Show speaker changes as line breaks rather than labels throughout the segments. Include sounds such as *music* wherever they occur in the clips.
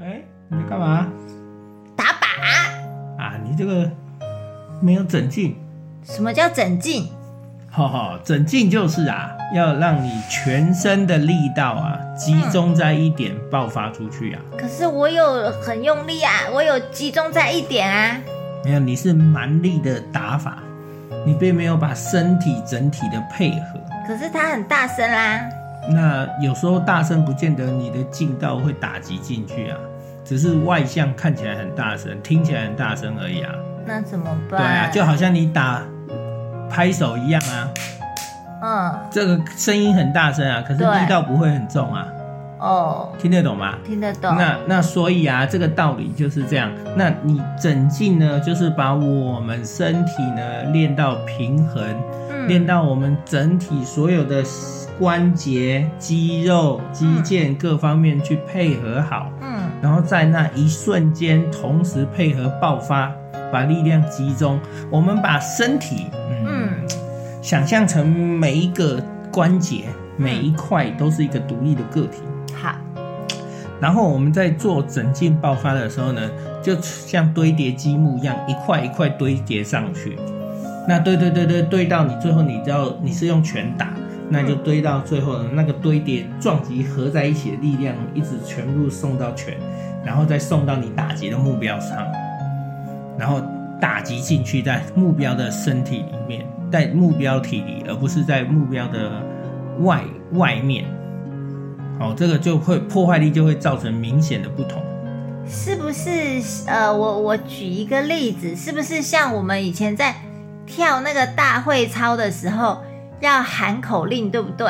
哎，你在干嘛？
打靶？
啊，你这个没有整劲，
什么叫整劲？
哈哈，整劲就是啊，要让你全身的力道啊集中在一点爆发出去啊。
可是我有很用力啊，我有集中在一点啊。
没有，你是蛮力的打法，你并没有把身体整体的配合。
可是它很大声啊啦。
那有时候大声不见得你的劲道会打击进去啊，只是外向看起来很大声，听起来很大声而已啊。
那怎么办？
对啊，就好像你打拍手一样啊。
嗯
这个声音很大声啊，可是
对
力道不会很重啊，
哦，
听得懂吗？
听得懂。
那那所以啊，这个道理就是这样。那你整劲呢，就是把我们身体呢练到平衡，
嗯
练到我们整体所有的关节、肌肉、肌腱各方面去配合好，
嗯
然后在那一瞬间同时配合爆发，把力量集中。我们把身体，嗯
嗯
想象成每一个关节、每一块都是一个独立的个体。
好
然后我们在做整件爆发的时候呢，就像堆叠积木一样，一块一块堆叠上去。那堆堆堆堆堆到你最后，你知道你是用拳打，那就堆到最后呢，那个堆叠撞击合在一起的力量，一直全部送到拳，然后再送到你打击的目标上，然后打击进去在目标的身体里面，在目标体里，而不是在目标的外外面。哦，这个就会破坏力就会造成明显的不同。
是不是呃，我我举一个例子，是不是像我们以前在跳那个大会操的时候要喊口令，对不对？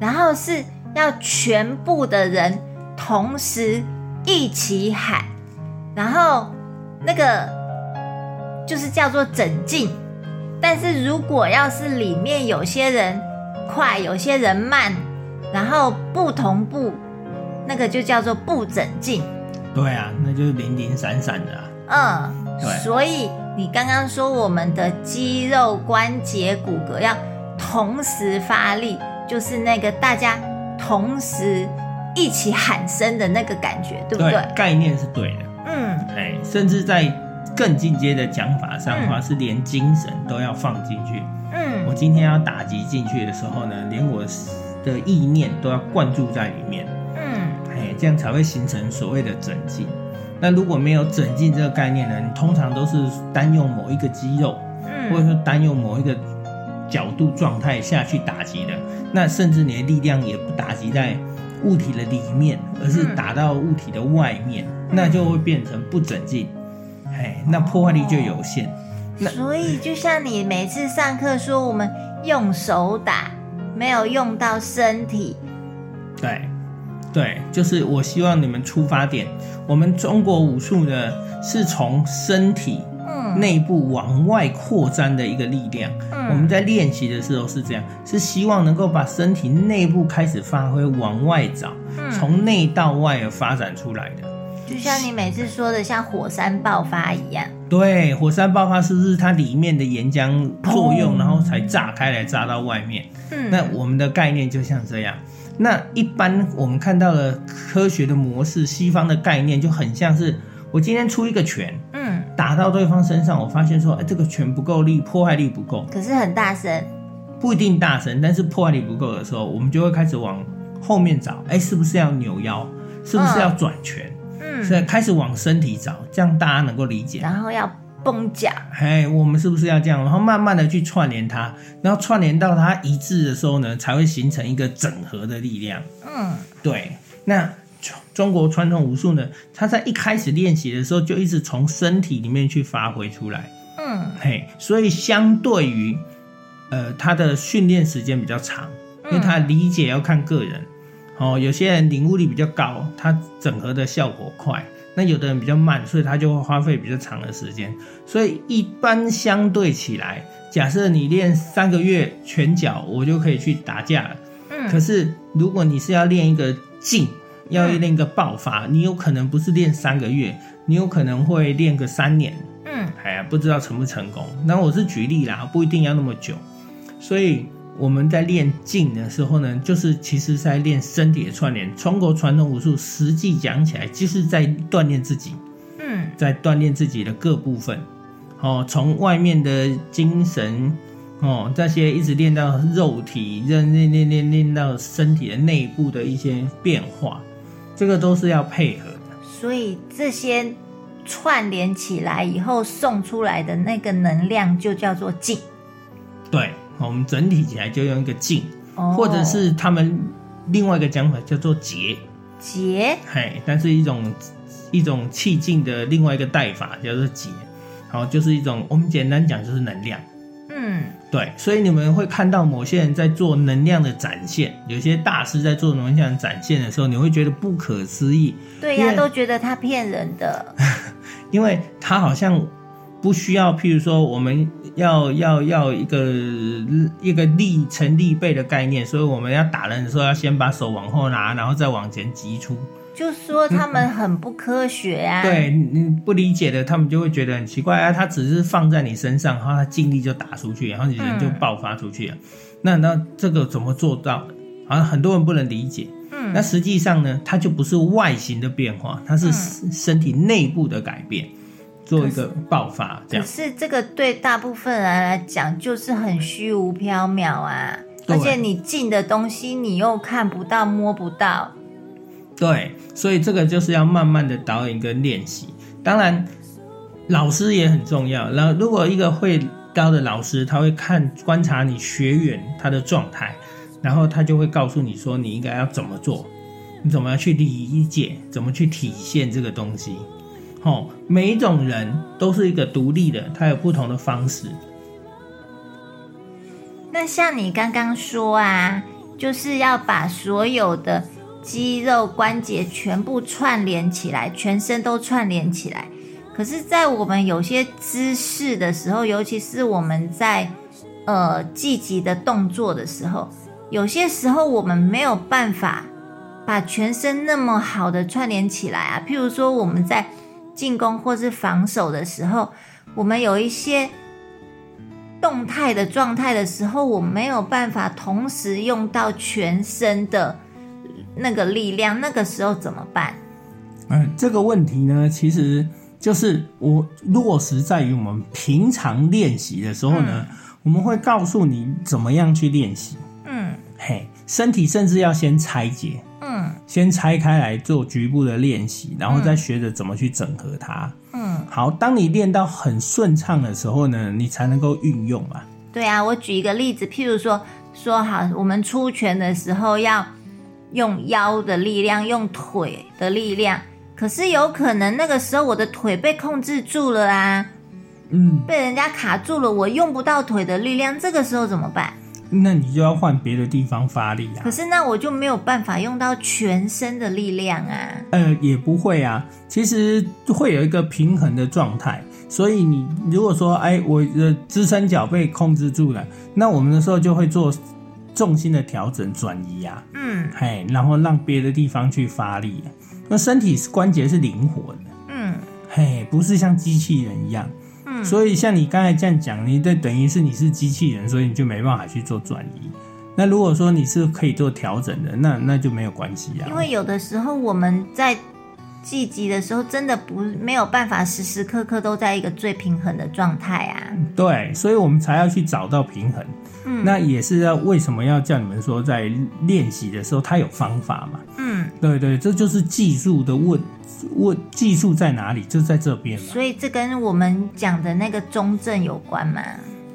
然后是要全部的人同时一起喊，然后那个就是叫做整进。但是如果要是里面有些人快，有些人慢，然后不同步，那个就叫做不整进。
对啊，那就是零零散散的、啊。
嗯
对，
所以你刚刚说我们的肌肉、关节、骨骼要同时发力，就是那个大家同时一起喊声的那个感觉，对不对？
概念是对的。
嗯，
哎，甚至在更进阶的讲法上的话，
嗯
是连精神都要放进去。我
嗯
今天要打击进去的时候呢，连我的意念都要灌注在里面。
嗯
哎，这样才会形成所谓的整劲。那如果没有整劲这个概念呢，你通常都是单用某一个肌肉，或者
嗯
说单用某一个角度状态下去打击的，那甚至你的力量也不打击在物体的里面，而是打到物体的外面，那就会变成不整净，哎，那破坏力就有限。那
所以就像你每次上课说，我们用手打，没有用到身体。
对，对，就是我希望你们出发点，我们中国武术呢是从身体
嗯
内部往外扩张的一个力量。我们
嗯
在练习的时候是这样，是希望能够把身体内部开始发挥，往外找，
嗯，
从内到外而发展出来的。
就像你每次说的，像火山爆发一样。
对，火山爆发是不是它里面的岩浆作用，然后才炸开来，炸到外面？那
哦嗯
我们的概念就像这样。那一般我们看到的科学的模式，西方的概念就很像是我今天出一个拳
嗯，
打到对方身上，我发现说，哎，这个拳不够力，破坏力不够，
可是很大声。
不一定大声，但是破坏力不够的时候，我们就会开始往后面找，哎，是不是要扭腰？是不是要转拳？
嗯，
是开始往身体找，这样大家能够理解。
然后要蹦脚，
哎，我们是不是要这样？然后慢慢的去串联它，然后串联到它一致的时候呢，才会形成一个整合的力量。
嗯，
对，那中中国传统武术呢，它在一开始练习的时候就一直从身体里面去发挥出来，
嗯
嘿，所以相对于呃它的训练时间比较长，
嗯
因为它理解要看个人，哦，有些人领悟力比较高，他整合的效果快。那有的人比较慢，所以他就会花费比较长的时间。所以一般相对起来，假设你练三个月拳脚，我就可以去打架了。可
嗯，
是如果你是要练一个劲，要
嗯
练一个爆发，你有可能不是练三个月，你有可能会练个三年，
嗯
哎呀，不知道成不成功。那我是举例啦，不一定要那么久。所以我们在练劲的时候呢，就是其实是在练身体的串联。中国传统武术实际讲起来，就是在锻炼自己，
嗯
在锻炼自己的各部分。哦，从外面的精神，哦，这些一直练到肉体，练练练练练到身体的内部的一些变化，这个都是要配合的。
所以这些串联起来以后送出来的那个能量就叫做劲，
对，哦我们整体起来就用一个劲，
哦
或者是他们另外一个讲法叫做结，
结，
嘿，但是一种一种气劲的另外一个带法叫做结，好，就是一种我们简单讲就是能量。
嗯
对，所以你们会看到某些人在做能量的展现，有些大师在做能量的展现的时候，你会觉得不可思议，
对
因
呀、
为
都觉得他骗人
*laughs*
的，
因为他好像不需要，譬如说我们要要要一个一个力成力背的概念，所以我们要打人的时候要先把手往后拿，然后再往前击出。
就说他们很不科学啊。
对，你你不理解的，他们就会觉得很奇怪啊，他只是放在你身上，然后他尽力就打出去，然后你人就
嗯
爆发出去了。啊那那这个怎么做到的？好像很多人不能理解。
嗯，嗯
那实际上呢，它就不是外形的变化，它是身体内部的改变，做一个爆发这
可
样。
是这个对大部分人来讲就是很虚无缥缈啊，
对
而且你进的东西你又看不到、摸不到，
对，所以这个就是要慢慢的导引跟练习。当然，老师也很重要。然后，如果一个会教的老师，他会看观察你学员他的状态，然后他就会告诉你说你应该要怎么做，你怎么样去理解，怎么去体现这个东西。哦，每一种人都是一个独立的，他有不同的方式。
那像你刚刚说啊，就是要把所有的肌肉关节全部串联起来，全身都串联起来。可是，在我们有些姿势的时候，尤其是我们在呃积极的动作的时候，有些时候我们没有办法把全身那么好的串联起来啊。譬如说，我们在进攻或是防守的时候，我们有一些动态的状态的时候，我没有办法同时用到全身的那个力量，那个时候怎么办？
嗯，这个问题呢，其实就是我落实在于我们平常练习的时候呢，我们会告诉你怎么样去练习。
嗯
嘿，身体甚至要先拆解，
嗯
先拆开来做局部的练习，然后再学着怎么去整合它。
嗯，
好，当你练到很顺畅的时候呢，你才能够运用嘛。
对啊，我举一个例子，譬如说，说好我们出拳的时候要用腰的力量，用腿的力量，可是有可能那个时候我的腿被控制住了啊，
嗯，
被人家卡住了，我用不到腿的力量，这个时候怎么办？
那你就要换别的地方发力啊
可。是那我就没有办法用到全身的力量啊。
呃，也不会啊，其实会有一个平衡的状态。所以你如果说，哎，我的支撑脚被控制住了，那我们的时候就会做重心的调整转移啊，
嗯
嘿，然后让别的地方去发力、啊那身体是关节是灵活的，
嗯
嘿，不是像机器人一样。
嗯
所以像你刚才这样讲，你这等于是你是机器人，所以你就没办法去做转移。那如果说你是可以做调整的，那那就没有关系啊。
因为有的时候我们在季级的时候，真的不没有办法时时刻刻都在一个最平衡的状态啊。
嗯对，所以我们才要去找到平衡。
嗯
那也是要为什么要叫你们说在练习的时候，它有方法嘛？
嗯，
对对，这就是技术的问问技术在哪里，就在这边嘛，
所以这跟我们讲的那个中正有关嘛。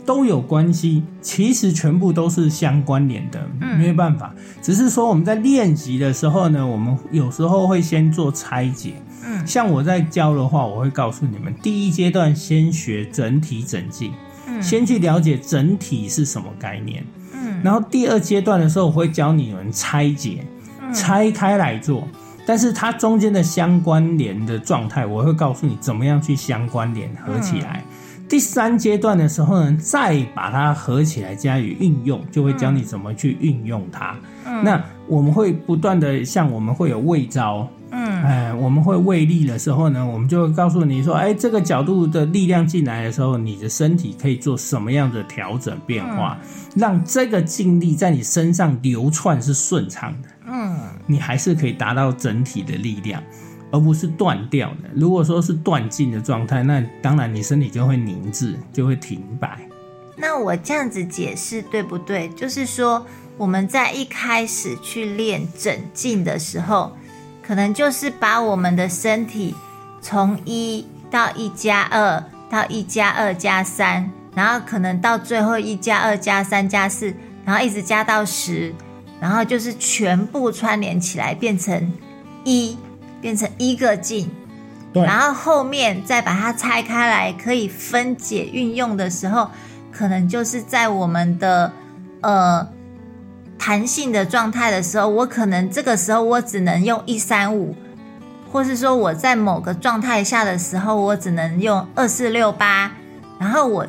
都有关系。其实全部都是相关联的，
嗯
没有办法。只是说我们在练习的时候呢，我们有时候会先做拆解。
嗯
像我在教的话，我会告诉你们，第一阶段先学整体整镜，
嗯
先去了解整体是什么概念。
嗯
然后第二阶段的时候，我会教你们拆解，
嗯
拆开来做。但是它中间的相关联的状态，我会告诉你怎么样去相关联合起来。第三阶段的时候呢，再把它合起来加以运用，就会教你怎么去运用它。
嗯
那我们会不断的，像我们会有味招，
嗯
哎，我们会位力的时候呢，我们就会告诉你说，哎，这个角度的力量进来的时候，你的身体可以做什么样的调整变化，
嗯
让这个劲力在你身上流窜是顺畅的，
嗯
你还是可以达到整体的力量，而不是断掉的。如果说是断劲的状态，那当然你身体就会凝滞，就会停摆。
那我这样子解释对不对？就是说我们在一开始去练整劲的时候，可能就是把我们的身体从一到一加二到一加二加三，然后可能到最后一加二加三加四，然后一直加到十，然后就是全部串联起来变成一，变成一个劲。
对
然后后面再把它拆开来，可以分解运用的时候，可能就是在我们的呃弹性的状态的时候，我可能这个时候我只能用一三五，或是说我在某个状态下的时候，我只能用二四六八，然后我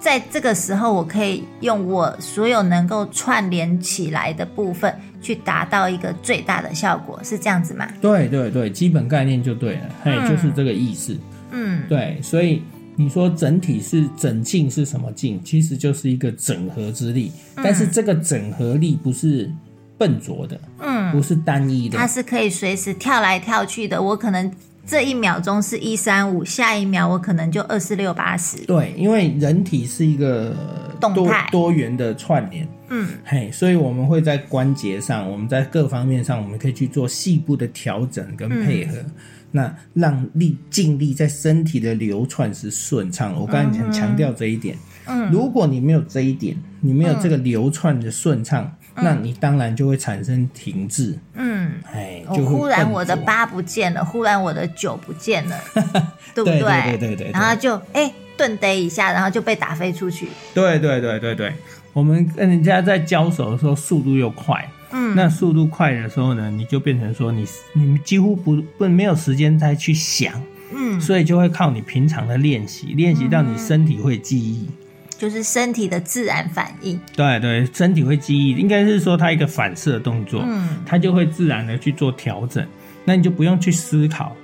在这个时候我可以用我所有能够串联起来的部分去达到一个最大的效果，是这样子吗？
对对对，基本概念就对了，嘿，
嗯
就是这个意思。
嗯
对，所以你说整体是整劲是什么劲？其实就是一个整合之力，但是这个整合力不是笨拙的，
嗯，
不是单一的
它。是可以随时跳来跳去的。我可能这一秒钟是一三五，下一秒我可能就二四六八十。
对，因为人体是一个
动
多
态
多元的串联，
嗯
嘿，所以我们会在关节上，我们在各方面上，我们可以去做细部的调整跟配合，
嗯
那让力尽力在身体的流窜是顺畅。我刚才很强调这一点。
嗯
如果你没有这一点，你没有这个流窜的顺畅，那你当然就会产生停滞，
嗯，
哎，
我
就会
忽然我的
笨
八不见了，忽然我的九不
*laughs*
见了，对
拙
不
对对对对对，
然后就哎顿逮一下，然后就被打飞出去。
对对对对对，我们跟人家在交手的时候速度又快，
嗯，
那速度快的时候呢，你就变成说你你几乎不不没有时间再去想，
嗯，
所以就会靠你平常的练习，练习到你身体会记忆。
嗯就是身体的自然反应。
对对，身体会记忆，应该是说它一个反射动作，
嗯，
它就会自然的去做调整，那你就不用去思考。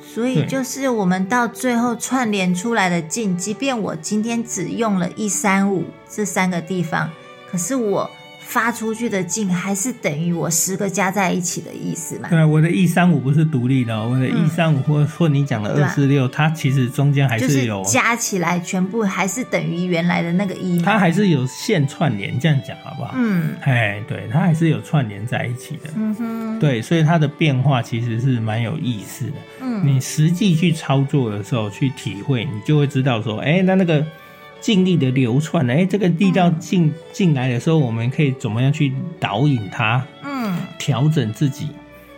所
对
以就是我们到最后串联出来的劲，即便我今天只用了一三五这三个地方，可是我发出去的劲还是等于我十个加在一起的意思嘛？
对，我的一三五不是独立的哦，我的
嗯
一三五或或你讲的
对
二
啊
四六，它其实中间还
就是
有，
加起来全部还是等于原来的那个一嘛？
它还是有线串联，这样讲好不好？
嗯
哎，对，它还是有串联在一起的。
嗯哼，
对，所以它的变化其实是蛮有意思的。
嗯
你实际去操作的时候去体会，你就会知道说，哎、那那个劲力的流窜，哎、这个力道进进来的时候，我们可以怎么样去导引它，
嗯
调整自己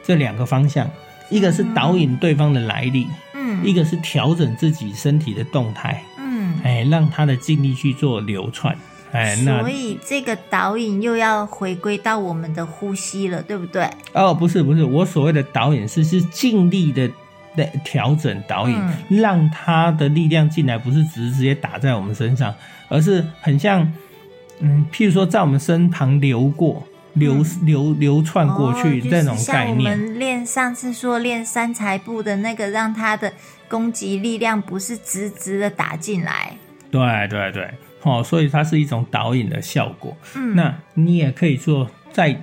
这两个方向，一个是导引对方的来力，
嗯
一个是调整自己身体的动态，
嗯，
哎、让他的劲力去做流窜，哎、那
所以这个导引又要回归到我们的呼吸了，对不对？
哦，不是不是，我所谓的导演是是尽力的的调整导演，
嗯
让他的力量进来，不是只是直接打在我们身上，而是很像，嗯，譬如说在我们身旁流过。流流流窜过去、
嗯哦就是
这种概
像我
念，
们练上次说练三才步的那个，让他的攻击力量不是直直的打进来。
对对对，哦，所以它是一种导引的效果。
嗯，
那你也可以做在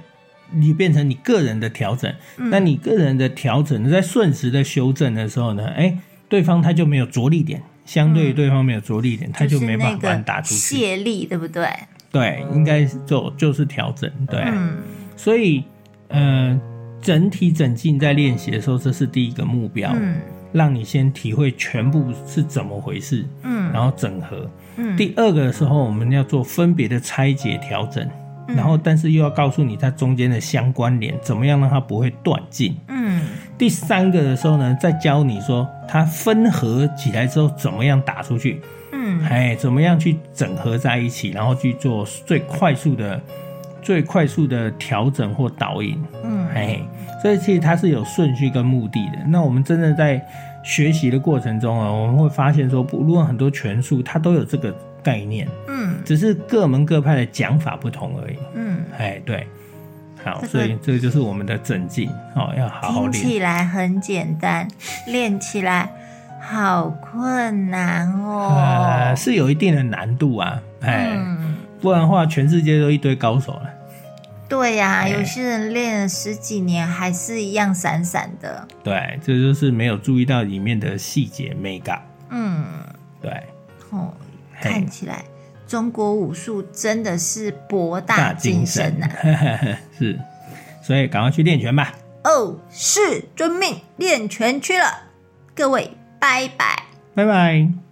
你变成你个人的调整。
嗯
那你个人的调整在瞬时的修正的时候呢，哎、对方他就没有着力点，相对于对方没有着力点，他就没办法
嗯是
把
那
你
个
打出去。
泄力，对不对？
对，应该是就就是调整。对，
哦嗯
所以呃，整体整进在练习的时候，这是第一个目标，
嗯
让你先体会全部是怎么回事，
嗯
然后整合。
嗯，
第二个的时候，我们要做分别的拆解调整，
嗯
然后但是又要告诉你它中间的相关联，怎么样让它不会断尽。
嗯
第三个的时候呢，再教你说它分合起来之后怎么样打出去，
嗯
哎，怎么样去整合在一起，然后去做最快速的、最快速的调整或导引。
嗯
哎，所以其实它是有顺序跟目的的。那我们真的在学习的过程中啊，我们会发现说，不论很多拳术，它都有这个概念，
嗯
只是各门各派的讲法不同而已。
嗯，
哎，对，好，
这个
所以这个就是我们的整进哦，要好好练。
听起来很简单，练起来好困难哦
呃，。是有一定的难度啊， *laughs* 哎，
嗯，
不然的话，全世界都一堆高手了。
对呀、
哎
有些人练了十几年还是一样散散的。
对，这就是没有注意到里面的细节美感。
嗯，
对，
哦，
嘿
看起来中国武术真的是博
大
大精深啊呐、
*laughs* 是，所以赶快去练拳吧。
哦，是遵命，练拳去了，各位，拜拜。
拜拜。